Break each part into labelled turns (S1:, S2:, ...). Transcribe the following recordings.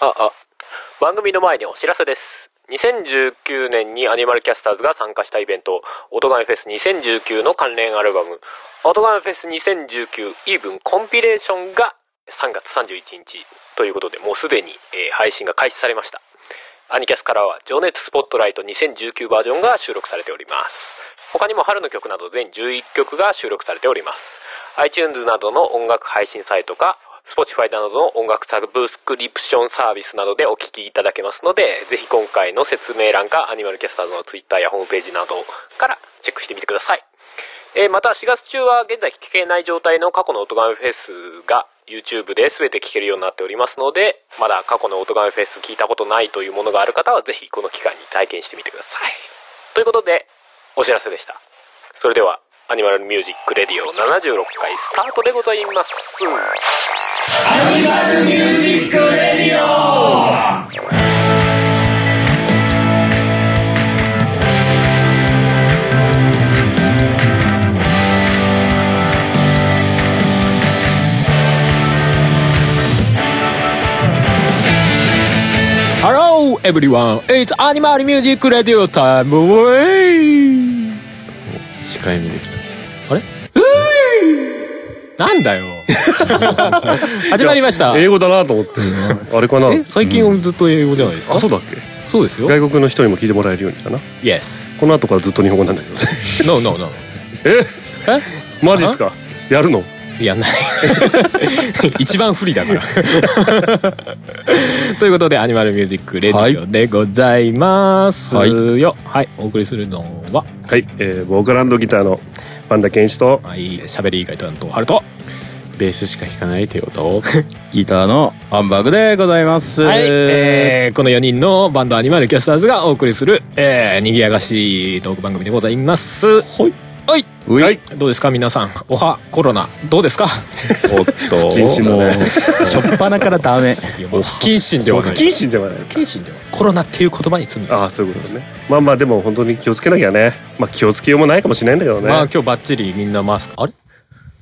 S1: あ、あ、番組の前にお知らせです。2019年にアニマルキャスターズが参加したイベント、オトガメフェス2019の関連アルバム、オトガメフェス2019イーブンコンピレーションが3月31日ということで、もうすでに、えー配信が開始されました。アニキャスからは情熱スポットライト2019バージョンが収録されております。他にも春の曲など全11曲が収録されております。iTunes などの音楽配信サイトか、Spotify などの音楽サブスクリプションサービスなどでお聞きいただけますので、ぜひ今回の説明欄かアニマルキャスターズの Twitter やホームページなどからチェックしてみてください。えーまた4月中は現在聞けない状態の過去のオトガメフェスが YouTube で全て聞けるようになっておりますのでまだ過去のオトガメフェス聞いたことないというものがある方はぜひこの期間に体験してみてくださいということでお知らせでしたそれではアニマルミュージックレディオ76回スタートでございますハローエブリワン It's アニマルミュージックレディオタイム
S2: 控えめできた。
S1: あれなんだ よ始まりました
S2: 英語だなと思って。あれかな
S1: え最近ずっと英語じゃないですか、
S2: あ、そうだっけ
S1: そうですよ
S2: 外国の人にも聞いてもらえるようにかな。
S1: Yes
S2: この後からずっと日本語なんだ けどね。
S1: No no no
S2: え
S1: え
S2: マジっすかやるの
S1: やん ない一番不利だからということでアニマルミュージックレディオでございますよはい、お送りするのは
S2: はい、えーボーカルギターのパンダケンイチと、
S1: はい喋り以外担当ハルト
S3: ベースしか弾かないテオ とギターのハンバーグでございます。
S1: はい、えーこの4人のバンドアニマルキャスターズがお送りする、えー、にぎやかしいトーク番組でございますはいはい
S3: ー、はい、
S1: どうですか皆さんおはコロナどうですか
S3: おっと、
S2: 謹慎だね
S3: もう、しょっぱなからダメ。
S1: 不謹慎では
S2: 不
S1: ない
S2: 謹慎ではない
S1: 不謹慎ではないコロナっていう言葉に罪がある
S2: ああ、そういうことね。まあまあ、でも本当に気をつけなきゃね。まあ気をつけようもないかもしれないんだけどね。
S1: まあ今日バッチリみんなマスクあれ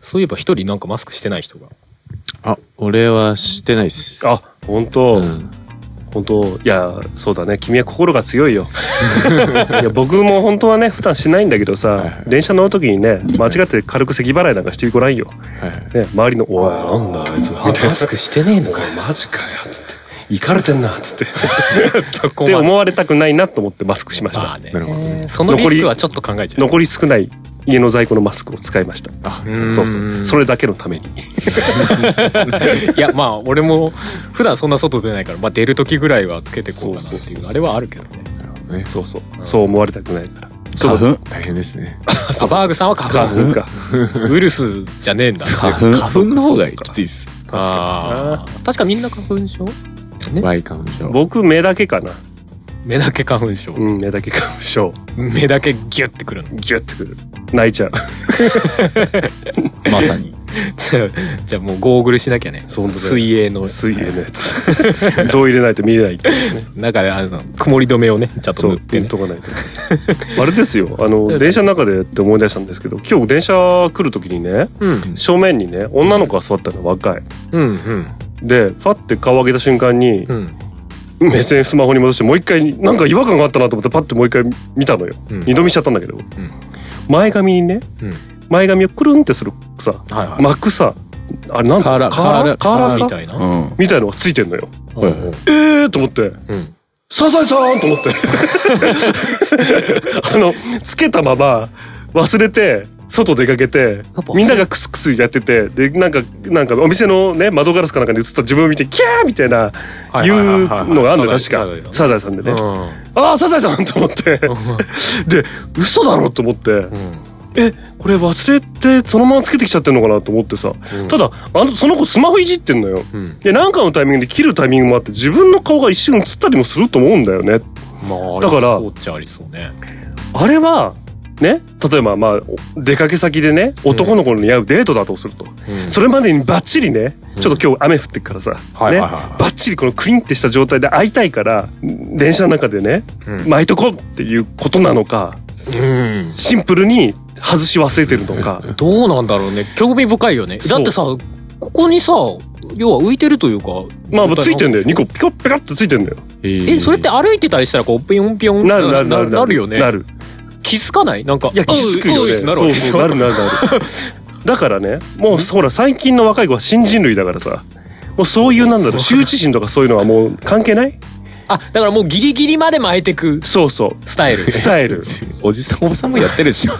S1: そういえば一人なんかマスクしてない人が
S3: あ、俺はしてないっす。
S2: あ、本当、
S3: うん、
S2: 本当いやそうだね君は心が強い よいや僕も本当はね普段しないんだけどさ、
S3: いはい
S2: 電車乗る時にね間違って軽く咳払いなんかしてごらんよ、
S3: はいはい。
S2: ね、周りの「おいなんだあいつ」 みたいな
S1: マスクしてねえのかよ
S2: 「マジかよ」つって「行かれてんな」 つっ て
S1: そこ
S2: って
S1: まで
S2: 思われたくないなと思ってマスクしました、
S1: まあね
S3: なるほどね
S1: そのリスクはちょっと考えちゃう
S2: 残り少ない家の在庫のマスクを使いました
S3: あ、
S2: そうそうそれだけのために
S1: いやまあ俺も普段そんな外出ないから、まあ、出る時ぐらいはつけてこうかなっていう
S2: そうそうそうそう
S1: あれはあるけど ね
S3: ね、
S2: そうそうそう思われたくないから
S3: 花粉大変ですね。
S1: あバーグさんは花粉
S2: 花粉か
S1: ウイルスじゃねえんだ
S3: 花粉花粉の方がきついっす。
S1: あー確かみんな花粉症ね
S3: ワイ感情。
S2: 僕目だけかな
S1: 目だけ花粉症
S2: うん目だけ 花粉症
S1: 目だけギュッてくるの
S2: ギュッてくる泣いちゃう
S3: まさに。
S1: じゃあじゃあもうゴーグルしなきゃね
S2: そうだね
S1: 水泳の
S2: 水泳のやつどう入れないと見れないっていうね
S1: 中であの曇り止めをねちゃんと
S2: そ
S1: 塗っ
S2: う
S1: て
S2: 言っ
S1: ね
S2: とかないとあれですよあの電車の中でって思い出したんですけど今日電車来る時にね
S1: うん
S2: 正面にね女の子が座ったの若い
S1: うんうん
S2: でファって顔上げた瞬間に
S1: うん
S2: 目線スマホに戻してもう一回なんか違和感があったなと思ってパッてもう一回見たのよ
S1: うん
S2: 二度見しちゃったんだけど前髪にね
S1: うん
S2: 前髪をくるんってするさ
S1: はいはい、
S2: 巻くさあれなん
S3: カー
S2: だ
S3: ラ
S2: カーラ
S3: カ
S2: カー
S3: ー
S2: ラ
S3: ラ
S1: み
S2: み
S1: たいな、
S3: うん。は
S2: たいのがついてんのよ
S3: いはい
S2: えーと思って
S1: うん
S2: サザエさんと 思って。あの、つけたまま忘れて、外出かけて
S1: っぱ、
S2: みんながクスクスやってて、で、なんか、なんかお店のね、窓ガラスかなんかに映った自分を見て、キャーみたいな、
S1: はいはい
S2: い
S1: うはいはい
S2: のがあるんだよ、
S1: サ
S2: 確
S1: ザエ
S2: か。サザエさんでね。
S1: う
S2: ああ、サザエさんと思って。で、嘘だろと思って。
S1: んうん
S2: えこれ忘れてそのままつけてきちゃってんのかなと思ってさ、
S1: ん
S2: ただあのその子スマホいじってんのよ、
S1: うん
S2: で何かのタイミングで切るタイミングもあって自分の顔が一瞬映ったりもすると思うんだよね
S1: まあ、
S2: だから
S1: そうっちゃありそうね。
S2: あれはね例えばまあお出かけ先でね男の子に会うデートだとすると、
S1: うん
S2: それまでにバッチリねちょっと今日雨降ってっからさ、
S1: はい
S2: ね
S1: はいはい
S2: バッチリこのクリンってした状態で会いたいから電車の中でね、
S1: うん
S2: 巻いとこうっていうことなのか
S1: うん。
S2: シンプルに 外し忘れてるのか。
S1: どうなんだろうね。興味深いよね。
S2: そう
S1: だってさ、ここにさ、
S4: 要は浮いてるというか
S2: まあまあついてんだよ2個ピカピカってついてんだよ
S3: え
S4: えそれって歩いてたりしたらこうピヨンピヨン
S2: なるなるなる
S4: なるよね
S2: なる
S4: 気づかないなんか
S2: いや気づくよ
S4: おいおい
S2: ね
S4: ってなるわ
S2: そう
S4: け
S2: そうなるなるなる だからねもうほら最近の若い子は新人類だからさもうそういうなんだろう羞恥心とかそういうのはもう関係ない
S4: あだからもうギリギリまで巻いてく
S2: そうそう
S4: スタイ ル
S2: スタイル
S3: おじさんおばさんもやってるでしょ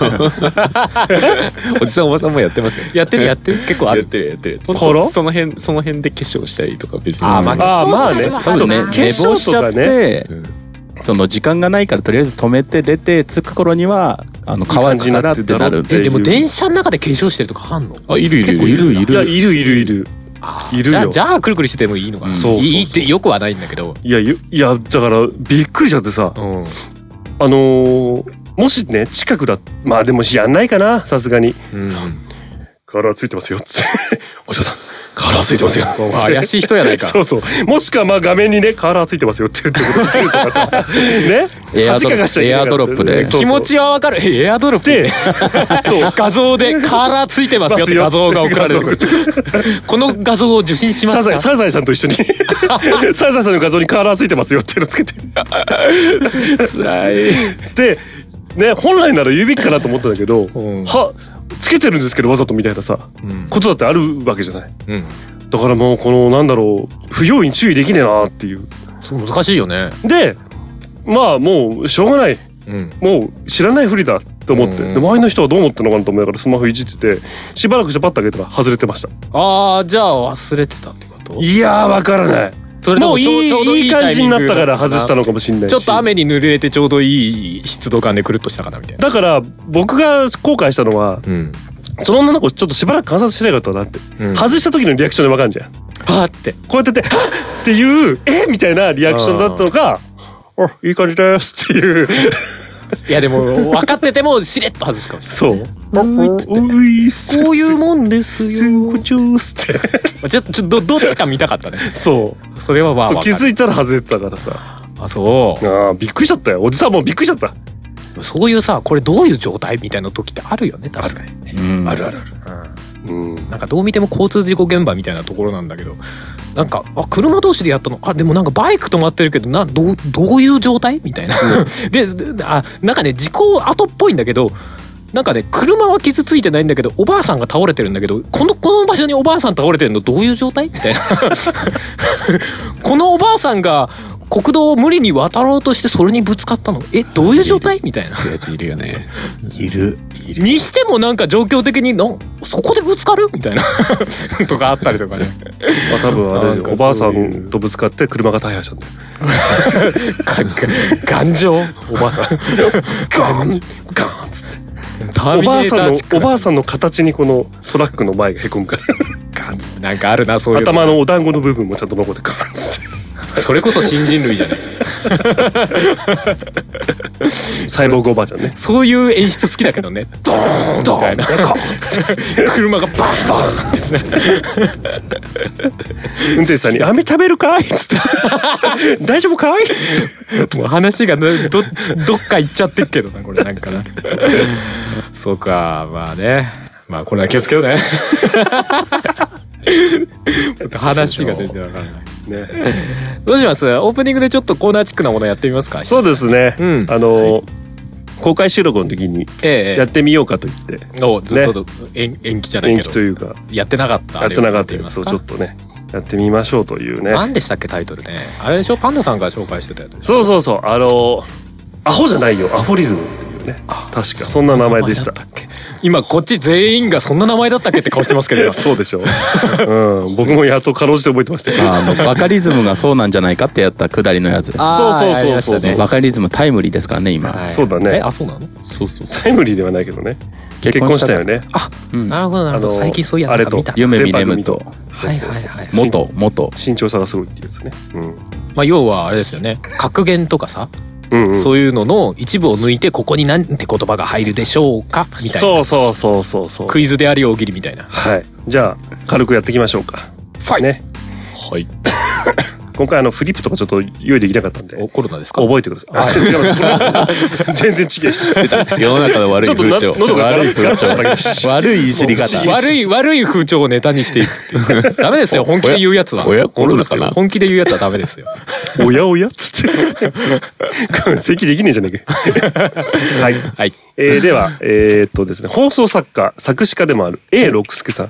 S3: おじさんおばさんもやってますよ
S4: やってるやってる結構あ
S3: やっ
S4: る
S3: てるやってる
S2: んと
S3: その辺その辺で化粧したりとか別に
S4: あーまあ
S2: ああまあね
S4: そう
S3: 多分
S2: そ
S3: ね
S2: う化
S3: 寝坊し
S2: 粧
S3: ち
S2: と
S3: ゃ
S2: か
S3: っ
S2: ね
S3: て、その時間がないからとりあえず止めて出て着く頃にはあの乾くからっ
S2: いい感
S3: てなる
S2: じになってたろ
S4: えでも電車の中で化粧してるとかあんの
S3: あいるいる
S4: 結構いるんだ
S2: いやいるいるいるいる
S4: じゃあ
S2: よ
S4: じゃあくるくるしててもいいのかな、
S3: うん
S2: そうそうそう
S4: いいってよくはないんだけど
S2: いやゆいやだからびっくりしちゃってさ
S4: うん
S2: あのーもしね近くだまあでもやんないかなさすがに
S4: うん、
S2: 体ついてますよつってお嬢さん体ついてますよ
S4: あ怪しい人やないか
S2: そうそうもしくはまあ画面にねカーラーついてますよって言ってことするとかさ ね
S3: エアドロッ
S2: 恥
S3: プ
S2: かかしちゃいけなかった
S3: エアドロップで
S2: そうそう
S4: 気持ちはわかるえエアドロップ
S2: で そう
S4: 画像 でカーラーついてますよって画像が送られる
S2: 画像が送って
S4: この画像を受信しま
S2: サ
S4: す
S2: ザ
S4: か
S2: エサザエさんと一 緒にサザエさんの画像にカーラーついてますよっていうのつけて
S3: つらい
S2: でね本来なら指かなと思ったんだけど、
S4: ん
S2: はつけてるんですけどわざとみたいなさ、
S4: ん
S2: ことだってあるわけじゃない
S4: うん
S2: だからもうこのなんだろう不用意に注意できねえなっていう
S4: そう難しいよね
S2: でまあもうしょうがない
S4: うん
S2: もう知らないふりだと思って、
S4: うん
S2: で周りの人はどう思ったのかなと思いながらスマホいじっててしばらくしてパッと開けたら外れてました
S4: ああじゃあ忘れてたってこと
S2: いやーわからない
S4: それで
S2: も
S4: も
S2: うい
S4: ちょうちょうど
S2: いいい
S4: いい
S2: 感じになったから
S4: タイミングだったな
S2: 外したのかもしれないし
S4: ちょっと雨に濡れてちょうどいい湿度感でくるっとしたかなみたいな
S2: だから僕が後悔したのは
S4: うん
S2: その女の子ちょっとしばらく観察しなかったなって、
S4: うん
S2: 外した時のリアクションでわかんじゃん
S4: あーって
S2: こうやって て「はっ!」っていう「えみたいなリアクションだったのが「あいい感じです」って いう
S4: いやでも分かっててもしれっと外すかもしれ
S2: そう「うい」っつって「うい」っす
S4: ないこういう
S2: もん
S4: もんですよ
S2: っすって
S4: ちょっとちょっとどどっちか見たかったね
S2: そう
S4: それはまあ
S2: そう
S4: 分
S2: 気
S4: かる
S2: づいたら外れてたからさ
S4: あそ
S2: あーびっくりしちゃったよおじさんもびっくりしちゃった
S4: うそういうさこれどういう状態みたいな時ってあるよね確かにね
S3: あ
S2: るあるあるうん
S4: なんかどう見ても交通事故現場みたいなところなんだけどなんかあ車同士でやったのあでもなんかバイク止まってるけどなどうどういう状態みたいな。でであなんかね事故後っぽいんだけどなんかね車は傷ついてないんだけどおばあさんが倒れてるんだけどこのこの場所におばあさん倒れてるのどういう状態み たいな。このおばあさんが国道を無理に渡ろうとしてそれにぶつかったのえどういう状態みたいな。
S3: そういうやついるよねいるいる
S4: にしてもなんか状況的にのそこでぶつかるみたいな とかあったりとかね
S2: まあ多分あれだよ
S3: なんかそうい
S2: お
S3: う
S2: ばあさんとぶつかって車が大破したんだよ
S4: かか頑丈おばあさん
S2: ガーンガーンっつって
S4: ター
S2: お
S4: ミネ
S2: ばあ
S4: ータ
S2: さん
S4: ー
S2: の
S4: チック
S2: おばあさんの形にこのトラックの前がへこむからガーンっつって
S4: なんかあるなそういう
S2: 頭のお団子の部分もちゃんと残ってガーンっつって
S4: それこそ新人類じゃない
S2: サイボーグおばあちゃんね
S4: そういう演出好きだけどねドーンみたいな 車がバンバンってですね
S2: 運転手さんに「網食べるかい?」っつって「大丈夫かい?」
S4: もう話がなどっちどっか行っちゃってっけどなこれなんかなそうかまあねまあこれは気をつけようね話が全然わからない
S2: ね
S4: どうしますオープニングでちょっとコーナーチックなものやってみますか
S2: そうですね
S4: うん
S2: あの公開収録の時に
S4: え
S2: やってみようかと言って
S4: えおずっと、延延期じゃない
S2: 延
S4: け
S2: 期と
S4: ど
S2: いうか
S4: やってなかった
S2: やってなかったやつ
S4: そ
S2: を
S4: う
S2: ちょっとねやってみましょうというね
S4: 何でしたっけタイトルねあれでしょパンダさんが紹介してたやつでしょ
S2: そうそうそうあのアホじゃないよアフォリズムっていうね確かそんな名前でした
S4: そんな名前だっけ今こっち全員がそんな名前だったっけって顔してます けど今
S2: そうでしょ、うん、僕もやっとかろうじて覚えてましたよ
S3: あのバカリズムがそうなんじゃないかってやったくだりのやつです
S4: あー
S2: そうそうそうそう
S4: やりましたね
S3: バカリズムタイムリーですからね今、
S4: はい
S2: そうだね
S4: えあそうなの
S3: そうそうそう
S2: タイムリーではないけどね結婚したよね
S4: あ、
S3: ん
S4: なるほどなるほ
S2: あ
S4: ど
S2: の
S4: 最近そういうやつ見た
S2: あれと
S3: 夢見レムと
S4: はいはいはい
S3: 元元
S2: 身長差がすごいっていうやつね、
S4: まあ要はあれですよね格言とかさ、
S2: うん、うんうん
S4: そういうのの一部を抜いてここになんて言葉が入るでしょうかみたいな
S2: そうそうそうそうそう
S4: クイズであり大喜利みたいな
S2: はいじゃあ軽くやっていきましょうか
S4: ファイ
S2: ね
S3: はい
S2: 今回あのフリップとかちょっと用意できなかったんで
S4: おコロナですか
S2: 覚えてくださいあ違うこれ全然 違うし
S3: 世の中の悪い
S2: ちょっと
S3: 風
S2: な
S3: 潮。
S2: 喉がガラ
S3: 悪
S2: ッ
S3: い
S2: ガ
S3: 風
S2: ラッとしただけだ
S3: 潮。
S2: し
S3: 悪いいじり方。
S4: 悪い悪い風潮をネタにしていくっていう ダメですよ本気で言うやつは
S3: おやコ
S4: 本
S3: ロナ
S4: 当
S3: か
S4: です
S3: な
S4: よ本気で言うやつはダメですよ
S2: おやおやっつって。咳できねえじゃねえか。 はい。
S3: はい。
S2: えーでは、えーっとですね、放送作家、作詞家でもある A 六輔さん。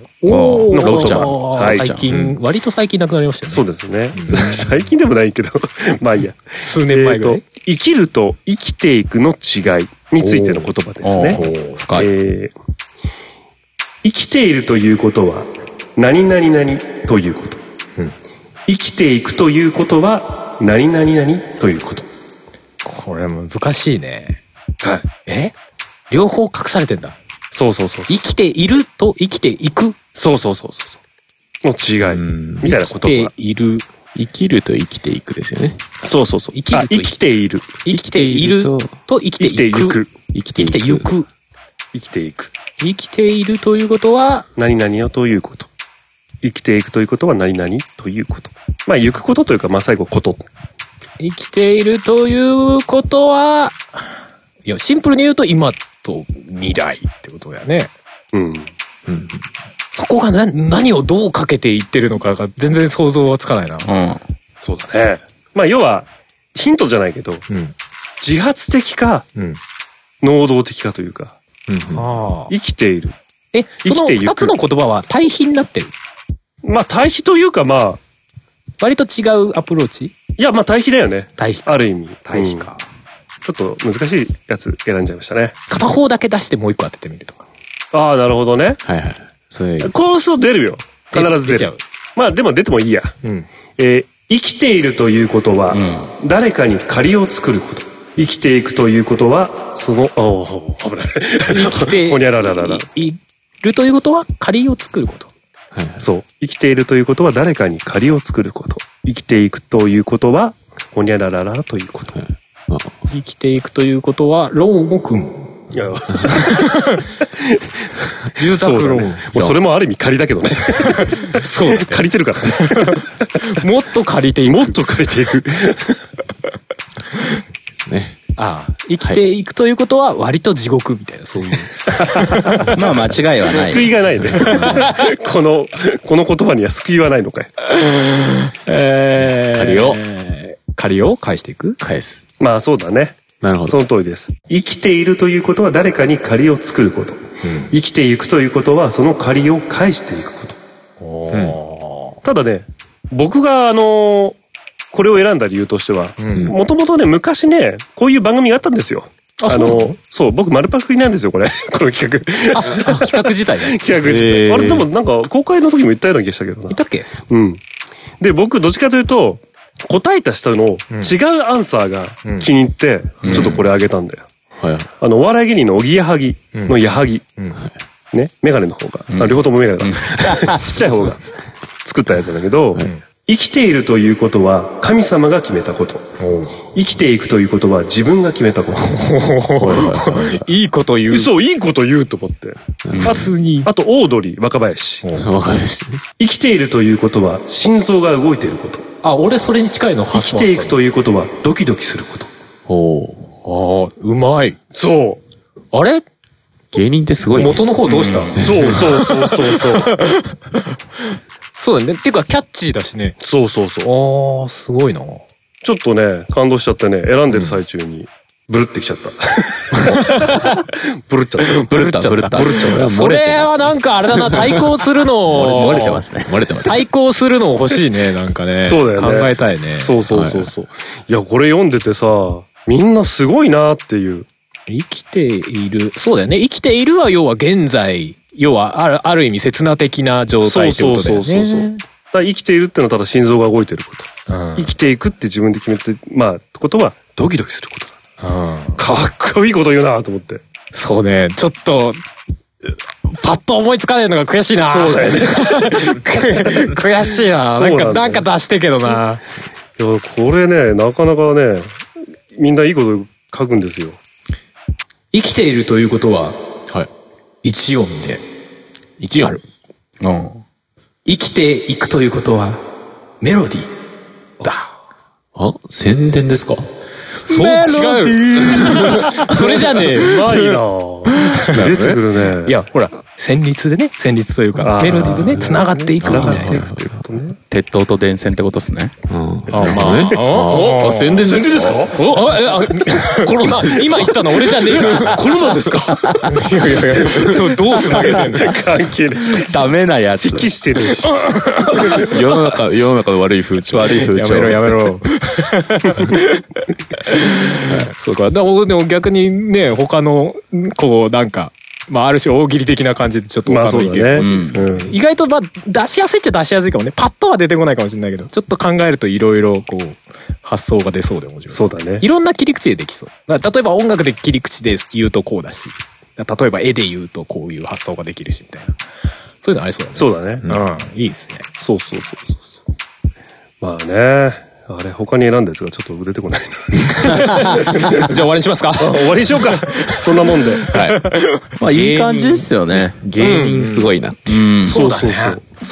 S2: ー
S4: おお
S2: なんかお
S3: 茶
S2: はい
S4: 最近割と最近なくなりましたよね
S2: そうですね。最近でもないけど、 まあいいや。
S4: 数年前ぐらい
S2: えーっと、生きると生きていくの違いについての言葉ですね。
S3: おー深い。
S2: えー生きているということは何々々ということ、生きていくということは何々々ということ
S4: これ難しいね
S2: はい
S4: え両方隠されてんだ
S2: そうそうそうそう
S4: 生きていると生きていく
S2: そうそうそうそうの違いみたいな
S3: 生き
S2: 言葉
S3: ている。生きると生きていくですよね。
S2: そうそうそう
S4: 生きる
S2: あ生きている
S4: 生きていると生きて
S2: 生きてい
S4: いく
S2: く
S3: 生きてい
S4: 生き
S3: く。
S4: ていく
S2: 生きていく
S4: 生きているということは
S2: 何々をということ生きていくということは何々ということまあ行くことというかまあ最後こと
S4: 生きているということは、いや、シンプルに言うと今と未来ってことだよね。
S2: うん
S4: そこがな何をどうかけていってるのかが全然想像はつかないな。
S3: うん。
S2: そうだねまあ要はヒントじゃないけど
S4: うん。
S2: 自発的か
S4: うん。
S2: 能動的かというか
S4: ああ。
S2: 生きている
S4: え、そ
S2: 生き
S4: の
S2: ていく
S4: 二つの言葉は対比になってる。
S2: まあ対比というかまあ
S4: 割と違うアプローチ
S2: いやまあ対比だよね
S4: 対比。
S2: ある意味
S4: 対比か、
S2: うんちょっと難しいやつ選んじゃいましたね
S4: 片方だけ出してもう一個当ててみるとか。
S2: ああなるほどね
S3: はいはい。それ、
S2: こうすると出るよ必ず出る
S4: 出ちゃう
S2: まあでも出てもいいや、
S4: うん。
S2: えー生きているということは、誰かに借りを作ること生きていくということはそのおお危ない
S4: 生き て
S2: ほにゃらららら
S4: いいるということは仮を作ること。
S2: そう。生きているということは誰かに借りを作ること。生きていくということは、ほにゃらららということ。
S3: まあ
S4: 生きていくということは、ローンを組む。
S2: いや、
S4: 住宅
S2: そうだ
S4: ローン。
S2: ね。もうそれもある意味借りだけど ね。そう。借りてるからね。
S4: もっと借りていく。
S2: もっと借りていく。
S3: ね。
S4: ああ、生きていくということは割と地獄みたいな、そういう。
S3: まあ間違いはない。
S2: 救いがないね。この、この言葉には救いはないのかい。
S4: えー
S3: 借りを。
S4: 借りを返していく
S3: 返す。
S2: まあそうだね。
S3: なるほ
S2: そ
S3: ど。
S2: の通りです。生きているということは誰かに借りを作ること。生きていくということはその借りを返していくこと。ただね、僕があのーこれを選んだ理由としては、もともとね、昔ね、こういう番組があったんですよ。
S4: あ
S2: あ
S4: そうな
S2: のー、そう、僕丸パクリなんですよ、これ。 この企画。
S4: あ、企画自体ね。。
S2: 企画自体
S3: へー
S2: あれ、でもなんか、公開の時も言ったような気がしたけどない
S4: たっけ
S2: うん。で、僕、どっちかというと、答えた人の違うアンサーが気に入って、ちょっとこれあげたんだよ。
S3: はい。
S2: あの、お笑い芸人のおぎやはぎのやはぎ。ね、メガネの方が。あ両方ともメガネだ。 ちっちゃい方が作ったやつなんだけど、生きているということは神様が決めたこと。生きていくということは自分が決めたこと。
S4: いいこと言う。
S2: そう、いいこと言うと思って。
S4: 普通に。
S2: あと、オードリー、若林。
S3: わかりました。
S2: 生きているということは心臓が動いていること。
S4: あ、俺それに近いの
S2: 生
S4: 発
S2: き
S4: 想
S2: ていくということはドキドキすること。
S3: おー
S4: あった。ああ、うまい。
S2: そう。
S4: あれ
S3: 芸人ってすごいね。
S4: 元の方どうした
S2: そうそうそうそう そう。
S4: そうだね。てか、キャッチーだしね。
S2: そうそうそう。
S4: ああ、すごいな。
S2: ちょっとね、感動しちゃってね、選んでる最中に、ブルってきちゃった。 ブルっちゃった。
S3: ブルッタ、ブルッタ。ブルッタ
S4: それはなんかあれだな、対抗するの。
S3: 漏れてますね。漏れてます。
S4: 対抗するの欲しいね、なんかね。
S2: そうだよね。
S4: 考えたいね。
S2: そうそうそうそう。いや、これ読んでてさ、みんなすごいなっていう。
S4: 生きている。そうだよね。生きているは要は現在。要はある、ある意味刹那的な状態ってことだよね。
S2: そうそうそうそうだから生きているってのはただ心臓が動いてること。
S4: うん
S2: 生きていくって自分で決めて、まあ、ことはドキドキすることだ。
S4: うん
S2: かっこいいこと言うなと思って。
S4: そうね。ちょっと、パッと思いつかないのが悔しいな。そうだよね。 悔しいな。
S2: そうな
S4: な
S2: んだ
S4: んか、
S2: よ
S4: なんか出してけどな。
S2: いや、これね、なかなかね、みんないいこと書くんですよ。
S4: 生きているということは、
S3: はい。
S4: 一音で。
S3: 一応ある。うん。
S4: 生きていくということは、メロディーだ。
S5: あ宣伝ですかそう、
S4: 違う
S5: 違う。
S4: それじゃねえよ
S2: うまいな ぁ。出てくるね。
S4: い、や、ほら、旋律でね、旋律というか
S2: あ、ー
S4: メロディーでね、繋がっていくみ
S2: 繋が
S4: た
S2: っ
S4: い
S2: てい
S4: な。
S2: くということね。
S3: 鉄塔と電線ってことですね。
S5: あ、まあね。あ、あ宣伝ですか
S4: おあえあコロナ、今言ったの俺じゃねえか。 コロナですかいやいやいや、どどう繋げてんの
S2: 関係ない。
S3: ダメな やつ。
S2: 咳してるし。
S5: 世の中、世の中の悪い風潮。
S3: 悪い風潮。
S4: めろ。 そうか。でもでも逆にね、他の、こう、なんか、まあ、ある種大喜利的な感じで、ちょっと
S2: まあ
S4: 他
S2: そ
S4: の意
S2: う
S4: 見
S2: だ
S4: 欲しい
S2: ね
S4: ですけど。。意外と、まあ、出しやすいっちゃ出しやすいかもね。パッとは出てこないかもしれないけど、ちょっと考えるといろいろ、こう、発想が出そうで面白い。
S2: そうだね
S4: い。ろんな切り口でできそう。だから例えば音楽で切り口で言うとこうだし、例えば絵で言うとこういう発想ができるし、みたいな。そういうのありそうだね。
S2: そうだね。
S4: うん。いいですね。
S2: そうそうそうそうそう。まあね。あれ、他に選んだやつがちょっと出てこないな。
S4: じゃあ終わりにしますか。
S2: 終わりにしようか。そんなもんで。
S3: まあいい感じですよね。
S5: 芸人すごいなっていう。
S4: そうだね。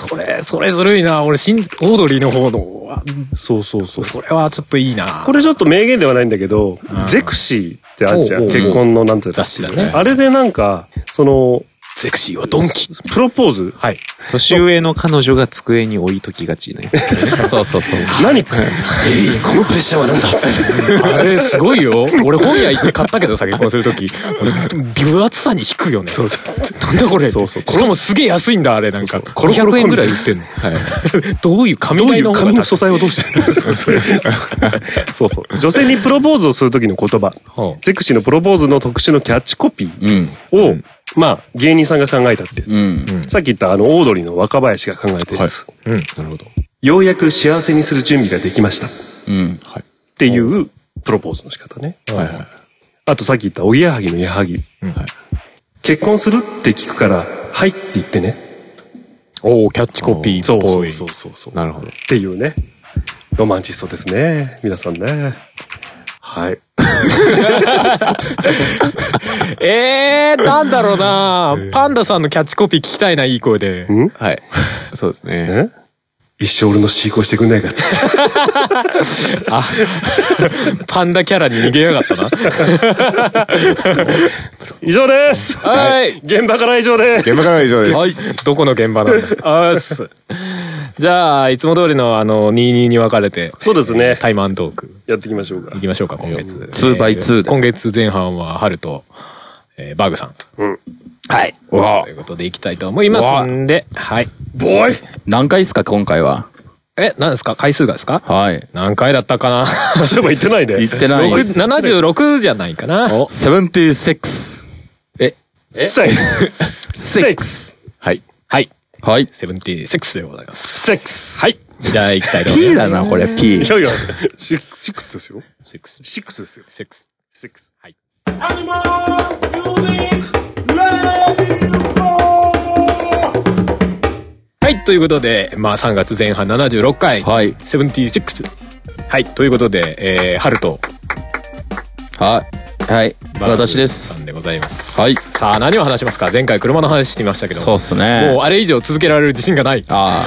S4: それ、それずるいな。俺、シン、オードリーの方のは、
S2: そうそうそう。
S4: それはちょっといいな。
S2: これちょっと名言ではないんだけど、ゼクシーってあるじゃ。
S4: おうんおう
S2: 結婚のなんていうの
S4: 雑誌だね
S2: あれでなんか、その、
S4: ゼクシーはドンキ。
S2: プロポーズ
S4: はい。
S5: 年上の彼女が机に置いときがちね。
S3: そうそうそう。
S2: 何
S4: このプレッシャーはなんだあれ、すごいよ。俺、本屋行って買ったけどさ、結婚するとき。分厚さに引くよね。そうそう。なんだこれ。そうそう。しかもすげえ安いんだ、あれ、なんか。500円ぐらい売ってんの。はい。 どういう紙
S2: どうい
S4: 代
S2: う
S4: の方
S2: 紙
S4: が
S2: の
S4: 高
S2: 素
S4: い
S2: 材はどうしてるそうそう。女性にプロポーズをするときの言葉
S4: はあ。
S2: ゼクシーのプロポーズの特殊のキャッチコピー
S3: うん。
S2: を、まあ、芸人さんが考えたってやつ。
S3: うん。
S2: さっき言ったあの、オードリーの若林が考えたやつ。
S4: うん。なるほど。
S2: ようやく幸せにする準備ができました。っ
S3: うん。はい。
S2: ていうプロポーズの仕方ね。
S5: はいはい。
S2: あとさっき言ったおぎやはぎのやはぎ。結婚するって聞くから、はいって言ってね。
S4: おおキャッチコピーっぽい。
S2: そうそう。
S5: なるほど。
S2: っていうね。ロマンチストですね。皆さんね。はい。
S4: えー、なんだろうなパンダさんのキャッチコピー聞きたいな、いい声で。
S5: はい。そうですね。
S2: え一生俺の飼行してくんないかっつって。
S4: パンダキャラに逃げやが ったな。
S2: 以上です
S4: はい。
S2: 現場から以上です
S5: 現場からは以上です。
S4: はい。どこの現場なんだあーっす。じゃあ、いつも通りの、あの、22に分かれて、
S2: そうですね。
S4: タイマントーク、
S2: やっていきましょうか
S4: い。きましょうか、今月。
S3: 2 by 2で
S4: 今月前半は、ハルと、えーバグさん。
S2: うん。
S4: はい。
S3: わ
S4: ということで、いきたいと思いますんで、はい。
S2: ボーイ
S3: 何回ですか、今回は。
S4: え、何ですか回数がですか
S3: はい。
S4: 何回だったかな
S2: そういえば言ってないね。
S3: 言ってないです。
S4: ?76 じゃないかな。
S3: 76。
S2: セック スセックス
S4: はい。はい。
S3: はい。
S4: セブンティセックスでございます。
S2: セックス
S4: はい。じゃあ行きたいと思い
S3: P
S4: ま
S3: だな、これ、P
S2: い。やいや、 シックスシックスですよ。
S4: す。セックス。
S2: シックスですよ。
S4: セックス。
S2: セックス。
S4: はい。はい、ということで、まあ3月前半76回。
S3: はい。
S4: セブンティセックス。はい、ということで、えー、春と、
S3: はい。はい。
S4: バー
S3: 私で
S4: さ
S3: す。
S4: んでございます。
S3: はい。
S4: さあ何を話しますか前回車の話してみましたけど。
S3: そうっすね。
S4: もうあれ以上続けられる自信が ない。
S3: あ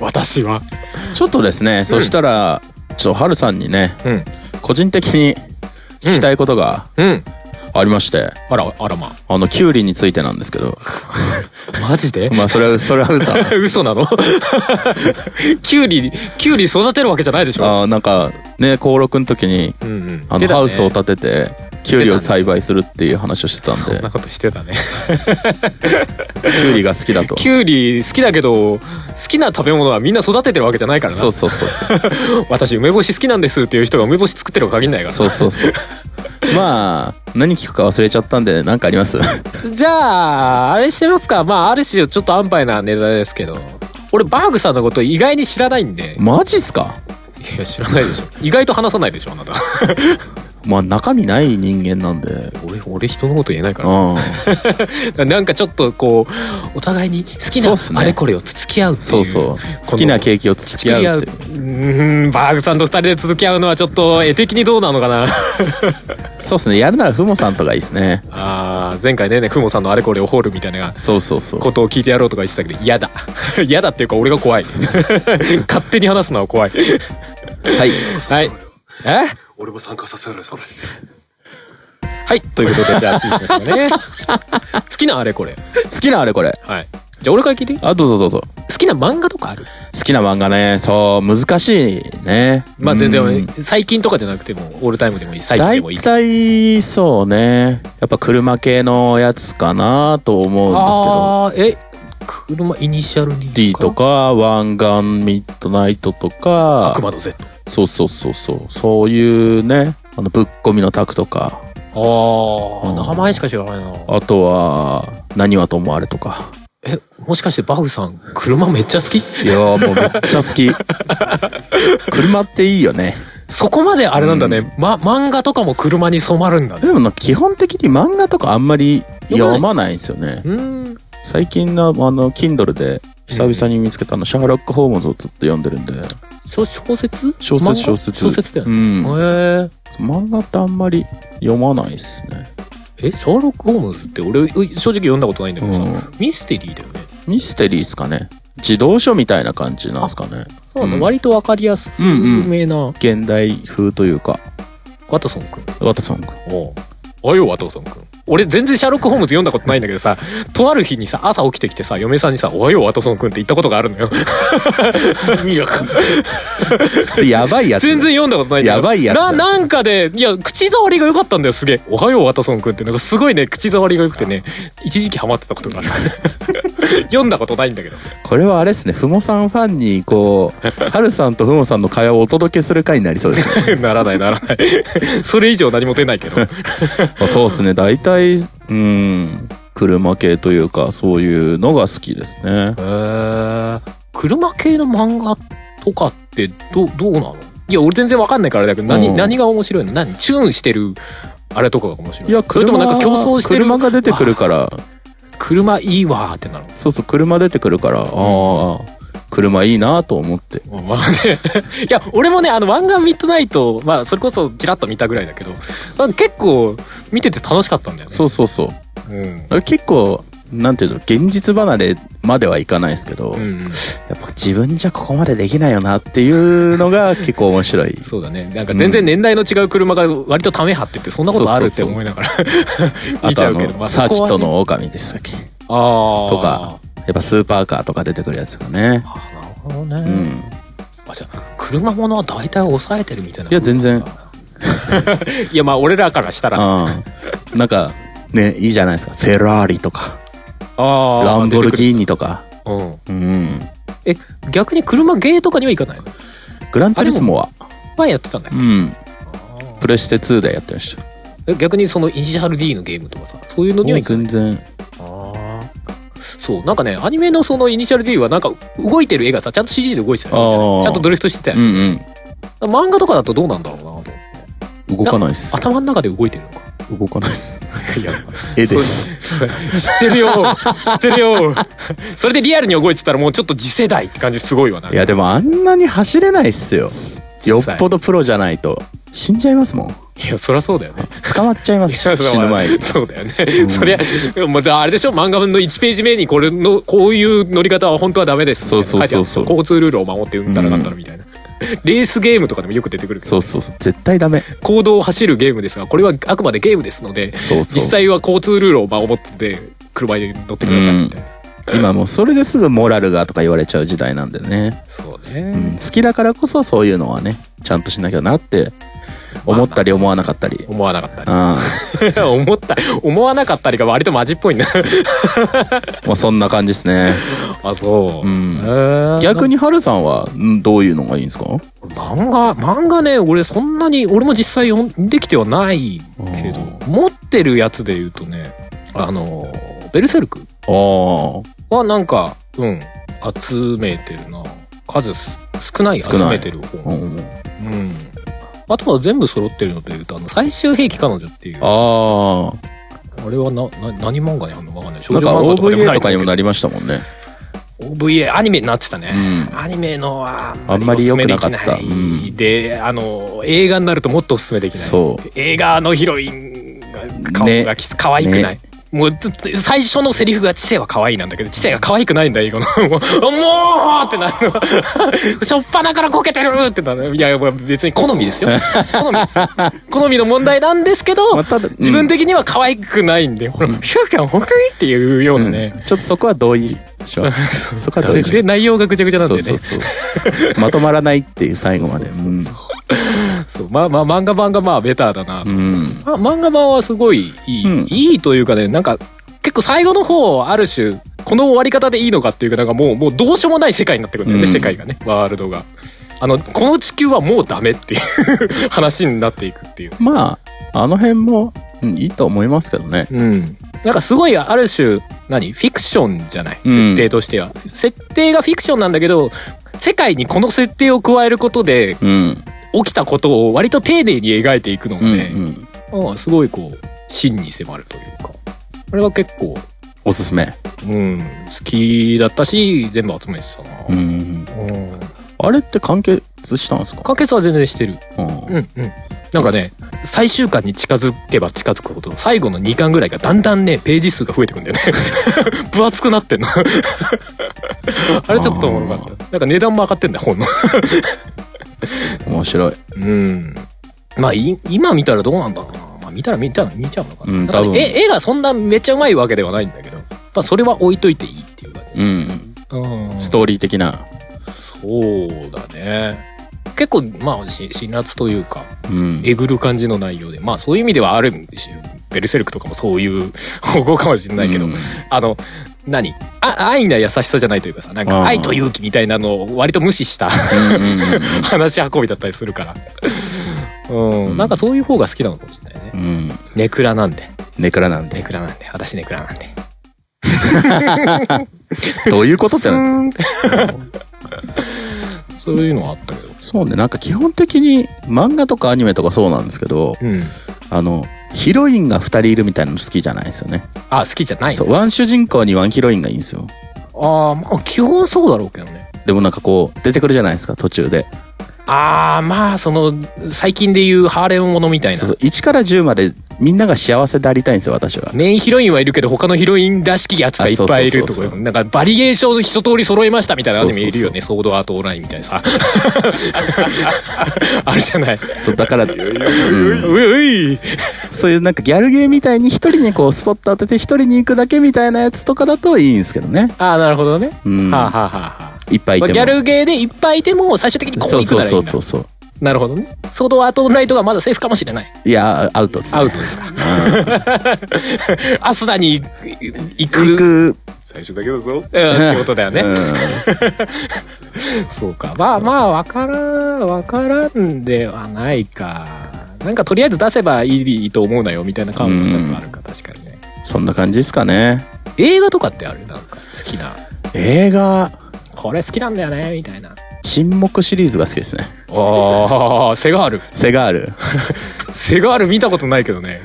S4: 私は。
S3: あ。ちょっとですね、そしたら、ちょっと、はるさんにね、
S4: うん。
S3: 個人的に聞きたいことが
S4: うん。
S3: ありまして、
S4: あら、あらま。
S3: あの、キュウリについてなんですけ ど、
S4: マジ で
S3: まあ、それは、それは嘘。
S4: 嘘なのキュウリ、キュウリ育てるわけじゃないでしょ。
S3: ああ、なんか、ね、高6の時に、
S4: うんうん。
S3: あ
S4: 出た
S3: の、
S4: ね
S3: ハウスを建てて、キュウリを栽培するっていう話をしてた
S4: そん
S3: んで
S4: な、ことしてたね。
S3: キュウリが好きだ と。
S4: キュウリ好きだけど、好きな食べ物はみんな育ててるわけじゃないからな。
S3: そうそうそうそう。
S4: 私、梅干し好きなんですっていう人が梅干し作ってるか限らないから
S3: そうそうそう。 まあ、何聞くか忘れちゃったんで、なんかあ ります
S4: じゃあ、あれしてますか。まあ、ある種ちょっと安牌なネタですけど。俺、バーグさんのこと意外に知らないんで。
S3: マジっすか
S4: いや、知らないでしょ。意外と話さないでしょ、あ なた。
S3: まあ、中身ない人間なんで。
S4: 俺、俺人のこと言えないから。
S3: う ん。
S4: なんかちょっとこうお互いに好き
S3: そう
S4: な
S3: っすね
S4: あれこれをつつき合うっていう
S3: そうそう。好きなケーキをつつき
S4: 付き
S3: 合
S4: 合
S3: う
S4: う
S3: っていう
S4: う。ーんバーグさんと二人で続き合うのはちょっと絵的にどうなのかな
S3: そうですね。やるならふもさんとかいいですね。
S4: あー前回ねねクモさんのあれこれを掘るみたいな
S3: そうそうそう。
S4: ことを聞いてやろうとか 言ってたけど嫌だ嫌だっていうか俺が怖い勝手に話すのは怖い
S3: はい。
S4: はい。え
S2: 俺も参加させられそれ。
S4: はい。ということで、じゃあ、次行きましょうね。 好きなあれこれ。
S3: 好きなあれこれ。
S4: はい。じゃあ、俺から聞いていい
S3: あ、どうぞどうぞ。
S4: 好きな漫画とかある
S3: 好きな漫画ね、そう、難しいね。
S4: まあ、
S3: うん
S4: 全然、最近とかじゃなくても、オールタイムでもいい、最近で
S3: 大
S4: もいい。
S3: 体、そうね。やっぱ車系のやつかなと思うんですけど。
S4: ああ、え、車、イニシャル
S3: D
S4: D
S3: とか、湾岸ミッドナイトとか
S4: 悪、魔の Z。
S3: そうそうそうそう、そういうね、あの、ぶっ込みのタクとか、
S4: ああ、
S3: うん
S4: 名前しか知らないな。
S3: あとは、何はともあれとか。
S4: え、もしかしてバウさん、車めっちゃ好き
S3: いやーもうめっちゃ 好き。車っていいよね。
S4: そこまであれなんだね。ま、漫画とかも車に染まるんだ
S3: で
S4: ね。
S3: もな基本的に漫画とかあんまり読まないんですよね。
S4: うん。
S3: 最近の、あの、Kindle で久々に見つけたあの、シャーロック・ホームズをずっと読んでるんで。
S4: 小小説
S3: 小
S4: 漫
S3: 説、
S4: 画
S3: 小説。
S4: 小説だよ
S3: う
S4: ね。
S3: ん。
S4: へ
S3: 漫画ってあんまり読まないっすね。
S4: え。え、シャーロック・ホームズって俺、う正直読んだことないんだ
S3: う
S4: けどさ、
S3: ん。
S4: ミステリーだよね。
S3: ミステリーっすかね。児童書みたいな感じなんですかね。
S4: そうなんだ、
S3: うん
S4: 割とわかりやすい
S3: うんうん
S4: 有名な、
S3: 現代風というか。
S4: ワトソン君。
S3: ワトソン君。
S4: おうおいよ、ワトソン君。俺全然シャーロック・ホームズ読んだことないんだけどさ、とある日にさ、朝起きてきてさ、嫁さんにさ、おはよう、ワトソン君って言ったことがあるのよ。いや
S3: それやばいやつ。
S4: 全然読んだことないんだけど
S3: やばいやつ
S4: な、なんかで、いや、口触りが良かったんだよ、すげえ。おはよう、ワトソン君って、なんかすごいね、口触りが良くてね、一時期ハマってたことがある。 読んだことないんだけど。
S3: これはあれですね、ふもさんファンに、こ う、はるさんとふもさんの会話をお届けする回になりそうですね。
S4: ならない、ならない。 それ以上何も出ない けど。
S3: まあそうですね、大体、うん、車系というか、そういうのが好きですね。
S4: へー車系の漫画とかってどどうなのいや俺全然わかんないからだけど何,、
S3: うん
S4: 何が面白いの何チューンしてるあれとかが面白い
S3: いや、
S4: それとも
S3: 車
S4: なんか競争してる
S3: 車が出てくるから、
S4: 車いいわーってなる
S3: そうそう、車出てくるから、ああ、車いいなと思って。
S4: のまあね いや俺もねあの「湾岸ミッドナイト」まあそれこそちらっと見たぐらいだけどまあ結構見てて楽しかったんだよね
S3: そうそうそ
S4: う
S3: う。
S4: ん、
S3: あれ結構、なんていうの、現実離れまではいかないですけど、
S4: うんうん、
S3: やっぱ自分じゃここまでできないよなっていうのが 結構面白い。
S4: そうだねなんか全然年代の違う車が割とため張っててそんなことあるって思いながら
S3: あ
S4: 見ち
S3: と
S4: ゃ
S3: あ
S4: うけど
S3: の、サーキット
S4: と
S3: の狼でしたっけと
S4: と
S3: かやっぱスーパーカーとか出てくるやつがね。
S4: あなるほどね、
S3: うん。
S4: あじゃあ車ものは大体抑えてるみたいない
S3: いや全然
S4: いやまあ俺らからしたらあ
S3: ああ。なんか、ね、いいじゃないですか。フェラーリとか、
S4: あー
S3: ランボルギーニとか。
S4: 出てくるうん
S3: うん。
S4: え逆に車ゲーとかには行かないの
S3: グランツェリスモは、
S4: 前やってたんだっ
S3: う
S4: け
S3: ん。プレステ2でやってました。
S4: え逆にそのイニシャル D のゲームとかさそういうのには
S3: もう
S4: 行かない
S3: 全然。
S4: あーそうなんかねアニメのそのイニシャル D はなんか動いてる絵がさちゃんと CG で動いてたりするじゃん
S3: あー
S4: ちゃんとドリフトしてた
S3: う
S4: りする、
S3: ん
S4: 漫画とかだとどうなんだろうなと思って
S3: うん。動かないっす。
S4: 頭の中で動いてるのか
S3: 動かないっす。
S4: いや
S3: 絵です。
S4: それ知ってるよ知ってるよそれでリアルに動いてたらもうちょっと次世代って感じすごいわない
S3: や、でもあんなに走れないっすよ。よ
S4: 実際
S3: っぽどプロじゃないと。死んじゃいますもん。
S4: いやそりゃそうだよね
S3: 捕まっちゃい ますし死ぬ前に。
S4: そうだよね、そりゃまああれでしょ漫画の1ページ目にこれのこういう乗り方は本当はダメです
S3: そうそうそうそう
S4: みたいな書いてあるんですよ交通ルールを守ってうんたらなんたらみたいな、レースゲームとかでもよく出てくるけど
S3: そうそうそう。絶対ダメ。
S4: 行動を走るゲームですがこれはあくまでゲームですので
S3: そうそう
S4: 実際は交通ルールを守って車に乗ってくださいみたいな、
S3: 今もうそれですぐモラルがとか言われちゃう時代なんでね、
S4: そうね、
S3: うん、好きだからこそそういうのはねちゃんとしなきゃなって思ったり思わなかっ たり、
S4: 思わなかったね
S3: あ
S4: 思った思わなかったりが割とマジっぽいな
S3: あもうそんな感じですね
S4: あそう、
S3: うん
S4: へー
S3: 逆にハルさんはんどういうのがいいんですか
S4: 漫画漫画ね俺そんなに俺も実際読んできてはないけど持ってるやつで言うとねあの「ベルセルク
S3: ああ」
S4: はなんかうん集めてるな数す少ない
S3: 少
S4: 集
S3: ない
S4: めてる方
S3: うん
S4: うんあとは全部揃ってるので言うとあの最終兵器彼女っていうあ
S3: あ
S4: れはなな何漫画にあんのかわかんない
S3: あ
S4: 少
S3: なん
S4: 女
S3: か
S4: 漫画とかでも
S3: OVA
S4: ない
S3: とかにもな
S4: り
S3: りましたもんね
S4: OVA アニメになってたね、
S3: うん
S4: アニメのは
S3: あんまり良くなかった
S4: おすすめできない
S3: うん
S4: であの映画になるともっとおすすめできない
S3: そう
S4: 映画のヒロインが顔
S3: ね
S4: がきつ可愛くない、
S3: ね
S4: もう最初のセリフが知性は可愛いなんだけど知性が可愛くないんだ英語のもうもうってなるの しょっぱなからこけてるってなるいやいや別に好みですよ好み ですよ好みの問題なんですけど、
S3: まあただうん
S4: 自分的には可愛くないんで、ほらシューキャンホクイっていうようなね、
S3: ちょっとそこは同意し よう。そこは同
S4: で
S3: 意しよう。
S4: 内容がぐちゃぐちゃなんで
S3: そ
S4: ね
S3: う
S4: そ
S3: そううそう。まとまらないっていう最後まで。うん
S4: まあまあ漫画版がまあベターだなと、
S3: うん。
S4: まあ、漫画版はすごいいい、
S3: うん
S4: いいというかねなんか結構最後の方ある種この終わり方でいいのかっていうかなんかもうもうどうしようもない世界になってくるんだよね、
S3: うん
S4: 世界がねワールドがあのこの地球はもうダメっていう話になっていくっていう
S3: まあ、あの辺も、うんいいと思いますけどね。
S4: うん、なんかすごいある種何フィクションじゃない
S3: うん
S4: 設定としては、設定がフィクションなんだけど世界にこの設定を加えることで
S3: うん。
S4: 起きたことを割と丁寧に描いていくのが
S3: うんう
S4: ね、
S3: ん。
S4: まあすごいこう真に迫るというかこれは結構、
S3: おすすめ。
S4: うん、好きだったし全部集めてたな、
S3: うん。
S4: うん、
S3: あれって完結したんですか
S4: 完結は全然してる
S3: うん。
S4: うんうんなんかね最終巻に近づけば近づくほど最後の2巻ぐらいがだんだんねページ数が増えてくんだよね 分厚くな ってんのあれちょっとおもろかったなんか値段も上がってんだよ本の
S3: 面白い。
S4: うんまあい今見たらどうなんだろうな、まあ、見たら見たら見ちゃうのかな,、
S3: うん
S4: なんかね
S3: 多分
S4: 絵絵がそんなめっちゃうまいわけではないんだけど、まあ、それは置いといていいっていうかね、
S3: うん。
S4: うん
S3: ストーリー的な。
S4: そうだね結構まあし辛辣というか
S3: うん。
S4: えぐる感じの内容でまあそういう意味ではある意味ベルセルクとかもそういう 方向かもしれないけど、
S3: うん
S4: あの何あ愛な優しさじゃないというかさなん
S3: あ
S4: か
S3: ー
S4: 愛と勇気みたいなのを割と無視した
S3: うんうんうん
S4: 話し運びだったりするからうん、
S3: うん
S4: なんかそういう方が好きなのかもしれないね
S3: うん。
S4: ネクラなんで
S3: ネクラなん
S4: ネ
S3: で。
S4: クラなんで私ネクラなんで
S3: どういうことって
S4: ス
S3: な
S4: ーン そういうのはあったけど
S3: そうね。なんか基本的に漫画とかアニメとかそうなんですけど、
S4: うん
S3: あの、ヒロインが二人いるみたいなの好きじゃないですよね。
S4: あ好きじゃない
S3: そう、ワン主人公にワンヒロインがいいんですよ。
S4: あーまあ基本そうだろうけどね
S3: でもなんかこう、出てくるじゃないですか、途中で。
S4: ああまあその最近で言うハーレムものみたいな
S3: そうそう、1から10までみんなが幸せでありたいんですよ、私は。
S4: メインヒロインはいるけど他のヒロインらしきやつがいっぱいいる
S3: あそ
S4: と
S3: うそうそうそ
S4: かなんかバリエーション一通り揃えましたみたいなアニメいるよねソードアートオンラインみたいなさ あるじゃない
S3: そう、だ から、うん
S4: ういうい
S3: そういうなんかギャルゲーみたいに一人にこう、スポット当てて一人に行くだけみたいなやつとかだといいんですけどね。
S4: ああなるほどね、
S3: うん。
S4: はあ、はあはあはあ
S3: いっぱいい
S4: まあ
S3: ても。
S4: ギャルゲーでいっぱいいても最終的にこう
S3: そう
S4: いく
S3: そう
S4: ならいい
S3: そ
S4: ん
S3: う
S4: だ
S3: そうそう。
S4: なるほどねソードアートオンラインとかまだセーフかもしれない
S3: いや、アウトです、ね。
S4: アウトですかアスナに行く
S3: 行く。
S5: 最初だけだぞ。
S4: うんってことだよね、
S3: う
S4: そうか。まあまあ、わからん、わからんではないか。なんかとりあえず出せばいいと思うなよみたいな感もちょっとあるか、確かにね。
S3: ん。そんな感じですかね。
S4: 映画とかってあるなんか好きな。
S3: 映画、
S4: これ好きなんだよね、みたいな。
S3: 沈黙シリーズが好きですね。
S4: ああ、セガール。
S3: セガール。
S4: セガール見たことないけどね。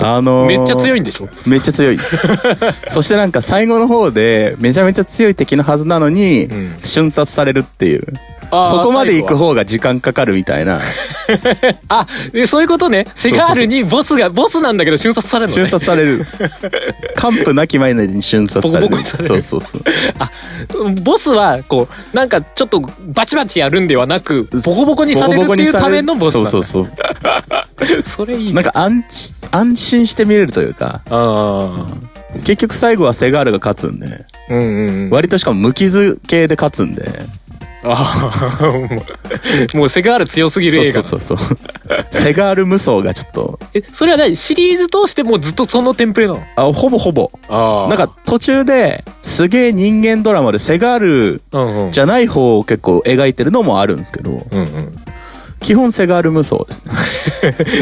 S3: あのー
S4: めっちゃ強いんでしょ
S3: めっちゃ強い。そしてなんか最後の方で、めちゃめちゃ強い敵のはずなのに、
S4: ん
S3: 瞬殺されるっていう。
S4: あー
S3: そこまで行く
S4: 最後は
S3: 方が時間かかるみたいな。
S4: あ、えそういうことね。セガールにボスが、ボスなんだけど瞬殺されるのね。
S3: 瞬殺さ れる。完膚なきまいなりに瞬殺される。
S4: ボコボコにされる
S3: そうそうそう。
S4: ボスは、こう、なんかちょっとバチバチやるんではなく、ボコボコにされるっていうためのボスなんだ。
S3: そうそうそ。
S4: それいいうね。
S3: なんか安心安心して見れるというか、
S4: ああ。
S3: 結局最後はセガールが勝つんで、
S4: うんうんうん。
S3: 割としかも無傷系で勝つんで。
S4: ああ、もうもうセガール強すぎる映画だ
S3: そうそうそうそう。セガール無双がちょっと、
S4: え、それは何シリーズ通してもうずっとそのテンプレなの
S3: あほぼほぼ。
S4: あ
S3: なんか途中ですげえ人間ドラマでセガール
S4: うんうん。
S3: じゃない方を結構描いてるのもあるんですけど、
S4: うんうん。
S3: 基本セガール無双ですね。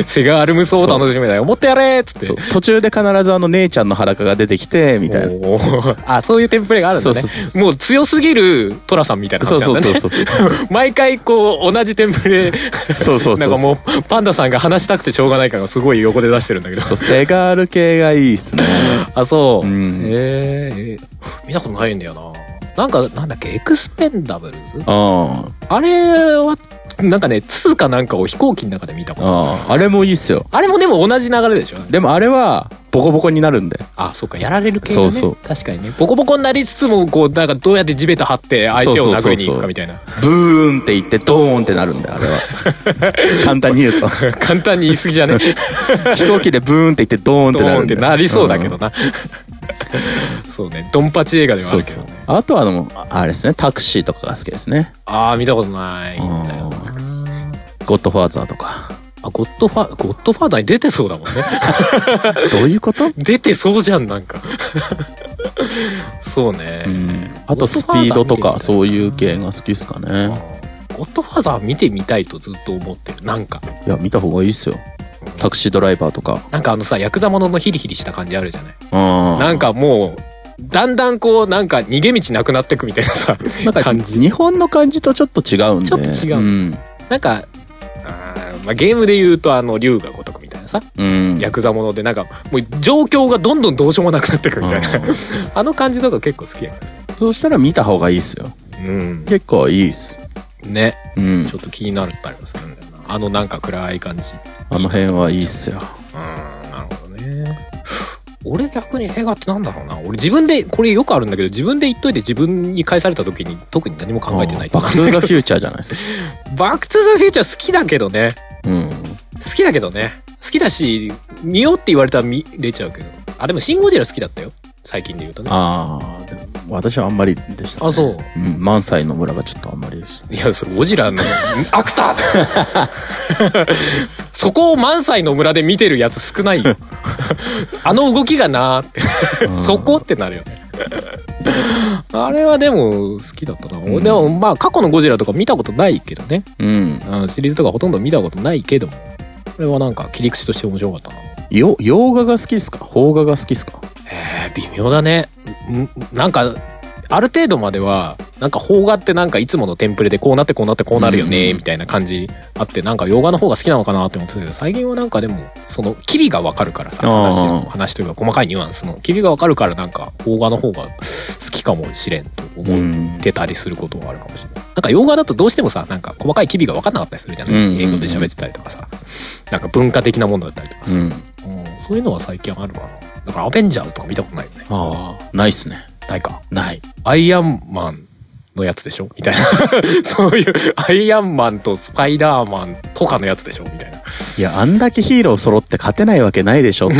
S4: セガール無双を楽しみだよ。持ってやれーっつって。
S3: そう途中で必ずあの姉ちゃんの裸が出てきて、みたいな。
S4: おーあ、そういうテンプレがあるんだね。
S3: そうそう
S4: もう強すぎるトラさんみたいな
S3: そ
S4: 話
S3: う
S4: なん
S3: そう
S4: だね。
S3: そうそう。
S4: 毎回こう同じテンプレ。
S3: そうそうそう
S4: なんかもうパンダさんが話したくてしょうがないからすごい横で出してるんだけど。
S3: そうセガール系がいいっすね。
S4: あ、そう。
S3: うん
S4: えーえー見たことないんだよな。なんか、なんだっけ、エクスペンダブルズ
S3: ああ。
S4: あれはなんかね2かなんかを飛行機の中で見たことある
S3: あああれもいいっすよ
S4: あれもでも同じ流れでしょ
S3: でもあれはボコボコになるんで
S4: あそうかやられる系、ね、
S3: そうそう
S4: 確かにねボコボコになりつつもこうなんかどうやって地べた張って相手を殴りに行くかみたいな
S3: ブーンって言ってドーンってなるんであれは 簡単に言うと
S4: 簡単に言い過ぎじゃね
S3: 飛行機でブーンって言ってドーンって
S4: ド
S3: な
S4: ー
S3: る
S4: ン
S3: ん
S4: っ
S3: で
S4: てなりそうだけどな、そうねドンパチ映画ではあ
S3: そ
S4: る
S3: う
S4: けど
S3: そう
S4: ね
S3: あとはあのあれですねタクシーとかが好きですね
S4: ああ見たことない
S3: うん
S4: んだよな
S3: ゴッドファーザーとか
S4: あゴッドファゴッドファーザーに出てそうだもんね
S3: どういうこと
S4: 出てそうじゃんなんかそうね、
S3: うんあとスピードとかそういう系が好きですかね
S4: ゴッドファーザー見てみたいとずっと思ってるなんか
S3: いや見た方がいいっすよタクシードライバーとか
S4: なんかあのさヤクザもののヒリヒリした感じあるじゃない
S3: な
S4: なんかもうだんだんこうなんか逃げ道なくなってくみたいなさ
S3: なんか
S4: 感じ
S3: 日本の感じとちょっと違うんで
S4: ちょっと違うんなんかあー、まあ、ゲームで言うとあの竜が如くみたいなさ
S3: うん
S4: ヤクザものでなんかもう状況がどんどんどうしようもなくなってくみたいな、
S3: うん
S4: あの感じとか結構好きやか
S3: そうしたら見た方がいいっすよ
S4: らうん
S3: 結構いいっす
S4: ね
S3: うん
S4: ちょっと気になったりもするんだよなあのなんか暗い感じ
S3: あの辺はいいっすよ
S4: うんなるほどね俺逆に映画ってなんだろうな俺自分でこれよくあるんだけど自分で言っといて自分に返された時に特に何も考えてない
S3: バックトゥーザフューチャーじゃない ですか
S4: バック・トゥ・ザ・フューチャー好きだけどね
S3: うん
S4: 好きだけどね好きだし見ようって言われたら見れちゃうけどあでも「シン・ゴジラ」好きだったよ最近で言うとねあ
S3: ああでも私はあんまりでしたね
S4: そう
S3: うん満載の村がちょっとあんまりです
S4: いやそれゴジラの アクター そこを満載の村で見てるやつ少ない よあの動きがなーってそこってなるよねあれはでも好きだったな、
S3: ん
S4: でもまあ過去のゴジラとか見たことないけどね
S3: うん
S4: うんシリーズとかほとんど見たことないけどもこれはなんか切り口として面白かったな
S3: よ洋画が好きっすか邦画が好きっすか
S4: えー微妙だねんなんかある程度まではなんか邦画ってなんかいつものテンプレでこうなってこうなってこうなるよ
S3: うんう
S4: ね
S3: ん
S4: みたいな感じあってなんか洋画の方が好きなのかなって思ってたけど最近はなんかでもその機微がわかるからさ
S3: あー
S4: 話の話というか細かいニュアンスの機微がわかるからなんか邦画の方が好きかもしれんと思ってたりすることがあるかもしれない、なんか洋画だとどうしてもさなんか細かい機微がわかんなかったりするじゃない、
S3: うんうんうん
S4: 英語で喋ってたりとかさなんか文化的なものだったりとかさ、
S3: うん
S4: うんそういうのは最近あるかなだからアベンジャーズとか見たことないよね
S3: ああないっすね
S4: ないか。
S3: ない
S4: アイアンマンのやつでしょみたいな。 そういう、アイアンマンとスパイダーマンとかのやつでしょみたいな。
S3: いやあんだけヒーロー揃って勝てないわけないでし ょってい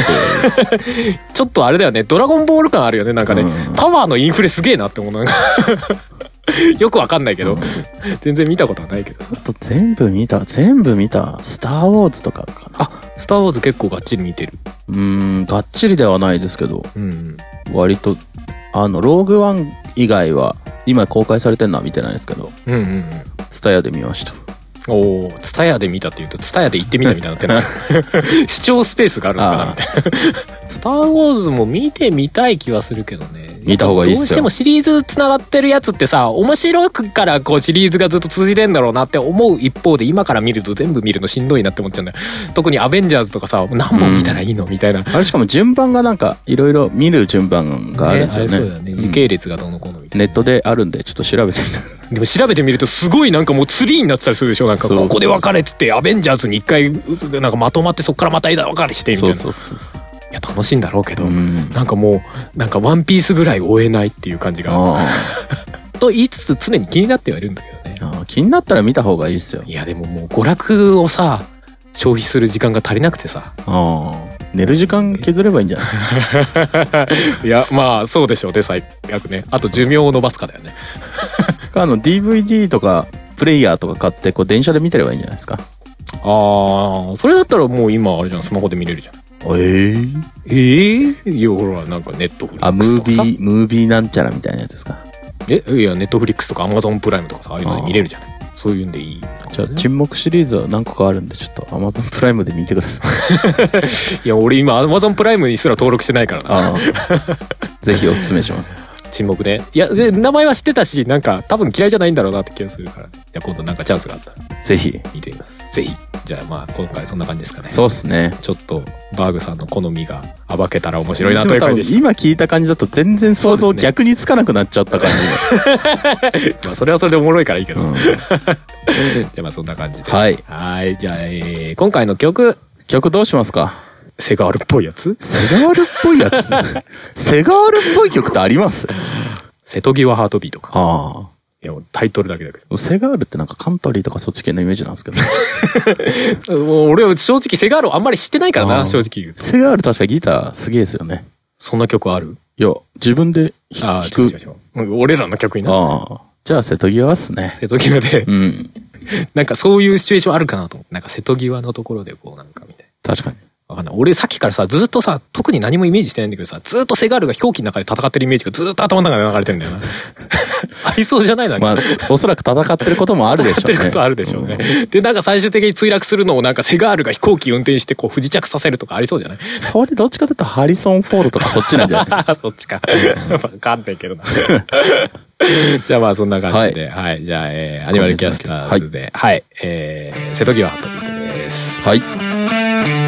S3: う
S4: ちょっとあれだよね、ドラゴンボール感あるよね、なんかね。
S3: うん
S4: パワーのインフレすげえなって思う。なんか よくわかんないけど、全然見たことはないけどさ。
S3: あと全部見た全部見た「スター・ウォーズ」とかかな
S4: あ、スターウォーズ結構がっちり見てる。
S3: うーんがっちりではないですけど
S4: うん。
S3: 割とあのローグワン以外は今公開されてるのは見てないですけど
S4: うんうんうん。
S3: ツタヤで見ました
S4: おー、ツタヤで見たって言うと、ツタヤで行ってみたみたいになってない 視聴スペースがあるのかなみたいな。スター・ウォーズも見てみたい気はするけどね。
S3: 見た方がいいっすよ
S4: どうしてもシリーズ繋がってるやつってさ、面白くからこうシリーズがずっと続いてんだろうなって思う一方で、今から見ると全部見るのしんどいなって思っちゃうんだよ。特にアベンジャーズとかさ、何本見たらいいのみたいな。
S3: あれしかも順番がなんかいろいろ見る順番があるんですよ
S4: ねあ
S3: ね
S4: れそうだよね。時系列がどうのこうのみたいな。
S3: ネットであるんでちょっと調べてみた
S4: でも調べてみるとすごいなんかもうツリーになってたりするでしょなんか
S3: そうそう
S4: ここで別れててアベンジャーズに一回うなんかまとまってそっからまた枝分かれしてみたいな
S3: うそうそう
S4: いや楽しいんだろうけど、
S3: うん
S4: なんかもうなんかワンピースぐらい追えないっていう感じが
S3: あ
S4: と言いつつ常に気になってはいるんだけどね
S3: あああ気になったら見た方がいいっすよ
S4: いやでももう娯楽をさ消費する時間が足りなくて さ
S3: ああ寝る時間削ればいいんじゃないですか
S4: いやまあそうでしょうね最悪ねあと寿命を伸ばすかだよね
S3: あの DVD とかプレイヤーとか買ってこう電車で見てればいいんじゃないですか
S4: ああそれだったらもう今あれじゃんスマホで見れるじゃん
S3: ええ
S4: ええいやほらなんかネットフリ
S3: あ
S4: ッ
S3: ム
S4: クス
S3: ー
S4: とかさ
S3: ビームービーなんちゃらみたいなやつですか
S4: えいやネットフリックスとかアマゾンプライムとかさああいうので見れるじゃないそういうんでいい
S3: じゃあ沈黙シリーズは何個かあるんでちょっと Amazon プライムで見てくださ い
S4: いや俺今アマゾンプライムにすら登録してないからな
S3: ああぜひおすすめします
S4: 沈黙ねいやで名前は知ってたしなんか多分嫌いじゃないんだろうなって気がするからねじゃあ今度なんかチャンスがあったら
S3: ぜひ
S4: 見てみますぜひじゃあまあ今回そんな感じですかね
S3: そうっすね。
S4: ちょっとバーグさんの好みが暴けたら面白い
S3: で
S4: な
S3: も
S4: という
S3: 多
S4: 感じ
S3: 分
S4: でし
S3: 今聞いた感じだと全然想
S4: そ
S3: 像
S4: うですね
S3: 逆につかなくなっちゃった感
S4: た、まあ、それはそれでおもろいからいいけ
S3: じ。
S4: ど、
S3: う ん
S4: じゃあまあそんな感じでは
S3: はい。
S4: いじゃあ、えー今回の曲
S3: 曲どうしますか
S4: セガールっぽいやつ
S3: セガールっぽいや つセガールっぽい曲ってあります
S4: 瀬戸際ハートビーとか
S3: あ
S4: いやもうタイトルだけだけ
S3: あ。セガールってなんかカントリーとかそっち系のイメージなんですけ ど。
S4: どもう俺は正直セガールをあんまり知ってないから
S3: あ
S4: な
S3: ー
S4: 正直言うと
S3: セガール確かギターすげえですよね。
S4: そんな曲ある
S3: いや、自分で弾
S4: ああ違
S3: 弾
S4: う違
S3: く
S4: う。違う俺らの曲にな
S3: ああ。じゃあ瀬戸際っすね。
S4: 瀬戸際で
S3: うん。
S4: なんかそういうシチュエーションあるかなと思ってなんか瀬戸際のところでこうなんかみたいな
S3: 確かに。
S4: わかんない。俺さっきからさ、ずっとさ、特に何もイメージしてないんだけどさ、ずっとセガールが飛行機の中で戦ってるイメージがずっと頭の中で流れてるんだ よな。ありそうじゃないなんか。
S3: まあ、おそらく戦ってることもあるでしょ
S4: 戦
S3: う
S4: って
S3: ね。
S4: ることあるでしょうね。で、なんか最終的に墜落するのをなんかセガールが飛行機運転してこう不時着させるとかありそうじゃない
S3: うんそれどっちかというとハリソン・フォードとかそっちなんじゃないですか。
S4: あそっちか。わかんないけどな。 じゃあまあそんな感じで。はい。じゃあ、えー、アニマルキャスターズで。はい、えー、瀬戸際ということです。
S3: はい。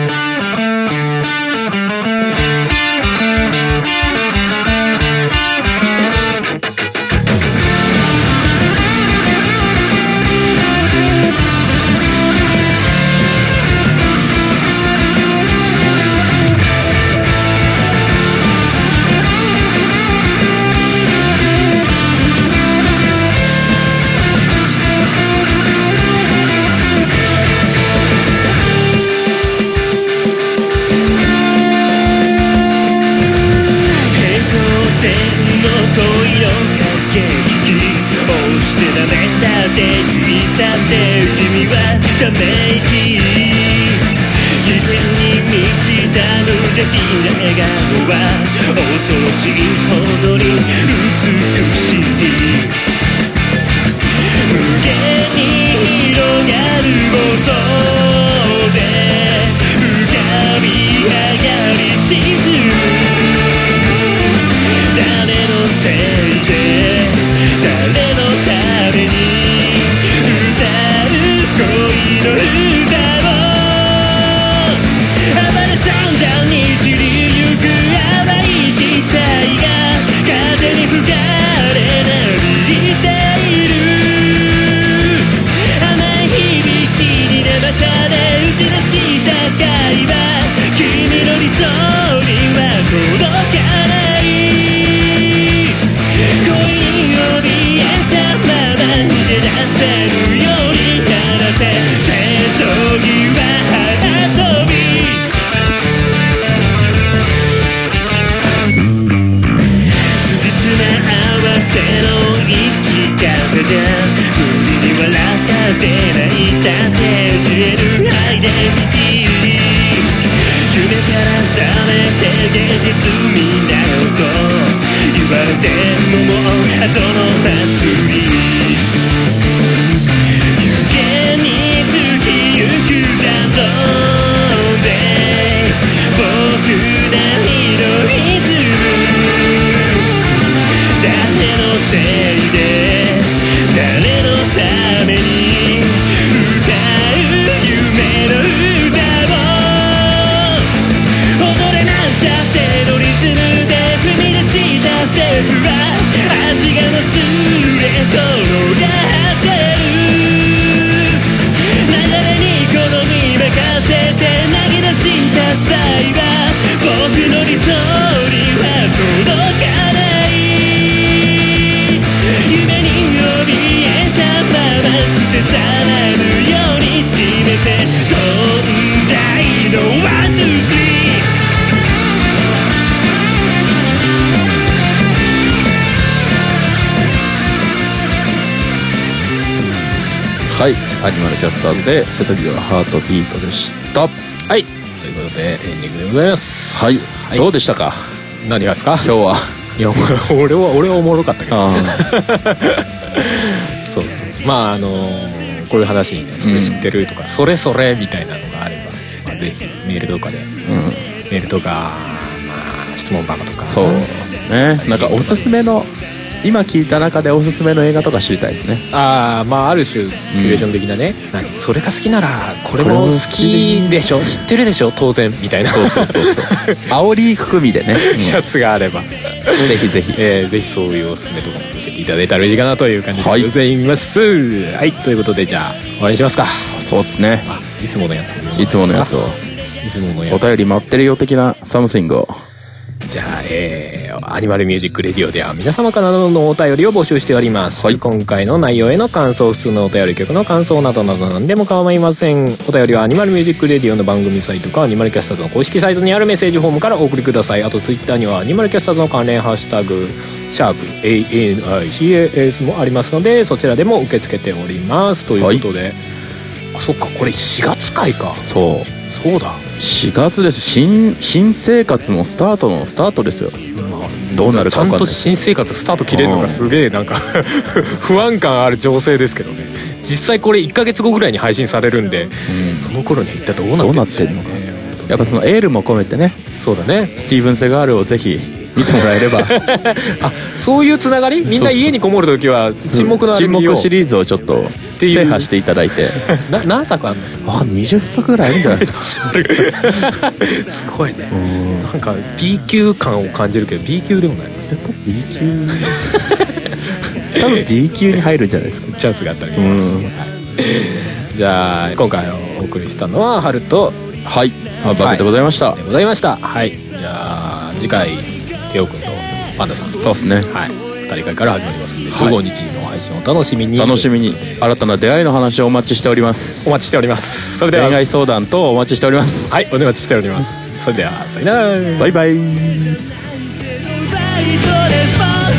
S6: 平行線の恋の駆け引きこうしてダメだって言ったって君はため息自然に満ちた無邪気な笑顔は恐ろしいほどに美しい無限に広がる妄想で浮かび上がり沈む誰のせいで誰のために歌う恋の歌を暴れ三段に散りゆく淡い期待が風に吹かれなびいている甘い響きに流され打ち出した会は君の理想には届かない恋に怯えたまま逃げ出せるようにならせ瀬戸際花飛び辻褄合わせの生き方じゃ無理に笑ったって泣いたって消えるアイデンティティ夢から覚めて現実見なよと言われてももう後の祭り湯気に突きゆくだぞで僕なりのリズム誰のせいで誰のために歌う夢の歌を踊れなんちゃってのリズムで踏み出したステップは味がもつれ転がってる流れに好み任せて投げ出した際は僕の理想には届かない夢に怯えたまま捨て去らぬように示せ存在のワン・ツー・スリー
S3: はい。アニマルキャスターズで瀬戸際ハートビートでした。は
S4: はい。ということで、エンディングでございます。
S3: い。
S4: はい
S3: どうでしたか
S4: 何がですか
S3: 今日は。
S4: いや俺は俺はおもろかったけど
S3: あ
S4: そうですねまああのーこういう話にねそれ知ってるとか、それそれみたいなのがあれば、まあ、ぜひメールとかで
S3: あ。うん。
S4: メールとか、まあ、質問箱とか
S3: そうですね。なんかおすすめの今聞いた中でおすすめの映画とか知りたいですね
S4: ああまあある種キュレーション的なね、あそれが好きならこれも好きでしょ知ってるでしょ当然みたいな
S3: そうそうそうそう煽り含みでね、
S4: やつがあれば、
S3: うんぜひぜひ
S4: えーぜひそういうおすすめとかも教えていただいたらいいかなという感じでございますはい、ということでじゃあ終わりにしますか
S3: そうっすね
S4: あいつものやつを
S3: いつものやつを
S4: いつものや
S3: お便り待ってるよ的なサムシングを
S4: つじゃあ、えーアニマルミュージックレディオでは皆様からのお便りを募集しております、
S3: はい
S4: 今回の内容への感想普通のお便り曲の感想などなど何でも構いませんお便りはアニマルミュージックレディオの番組サイトかアニマルキャスターズの公式サイトにあるメッセージフォームからお送りくださいあとツイッターにはアニマルキャスターズの関連ハッシュタグシャープ ANICAS もありますのでそちらでも受け付けておりますということで、あそっかこれ4月回か
S3: そう
S4: そうだ
S3: 4月です新新生活のスタートのスタートですよどうなる
S4: ち
S3: か
S4: ゃ
S3: 分か
S4: ん
S3: ん
S4: と
S3: ない
S4: 新生活スタート切れるの
S3: う
S4: が
S3: ん
S4: すげえなんか 不安感ある情勢ですけどね実際これ1か月後ぐらいに配信されるんで、
S3: うん
S4: その頃には一体どう
S3: ど
S4: な
S3: うな
S4: っ
S3: ってて
S4: る
S3: ん
S4: の
S3: のか
S4: か
S3: やっぱそのエールも込めてね
S4: そうだね
S3: スティーブン・セガールをぜひ見てもらえれば
S4: そういうつながりみんな家にこもる時は沈黙のあれ
S3: 沈
S4: 見よう
S3: 黙シリーズをちょっと
S4: ていう
S3: 制覇していただいて
S4: な何作あんの
S3: あ20作ぐらいあるんじゃないです か
S4: すごいねなんか B 級感を感じるけど B 級でもない
S3: B 級多分 B 級に入るんじゃないですか
S4: チャンスがあったら見ます、
S3: うん
S4: はいじゃあ今回お送りしたのは春と
S3: はいあバケでございました、
S4: でございましたはいじゃあ次回テオ君とパンダさん
S3: そうですね
S4: はい、2人会から始まりますんで、
S3: はい
S4: 15日の配信を楽しみに
S3: 楽しみに新たな出会いの話をお待ちしております
S4: お待ちしておりますそれで
S3: 恋
S4: は
S3: 愛相談とお待ちしております
S4: はいお待ちしておりますそれではさよなら
S3: バイバイ
S6: 「バイトでスポッ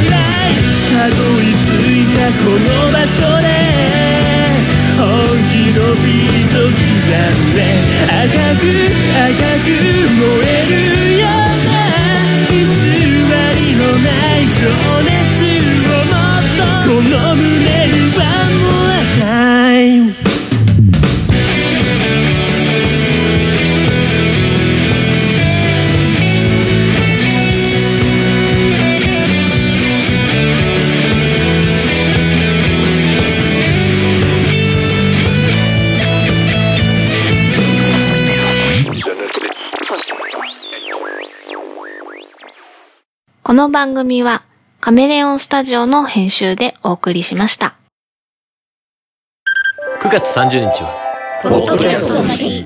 S6: トライト」「たどり着いたこの場所で」「本気のビート刻んで」「赤く赤く燃えるような」「偽りのない情熱をもっと」「この胸にはもう赤い」
S7: この番組はカメレオンスタジオの編集でお送りしました。
S1: 9月30日は
S8: ポッドキャストの日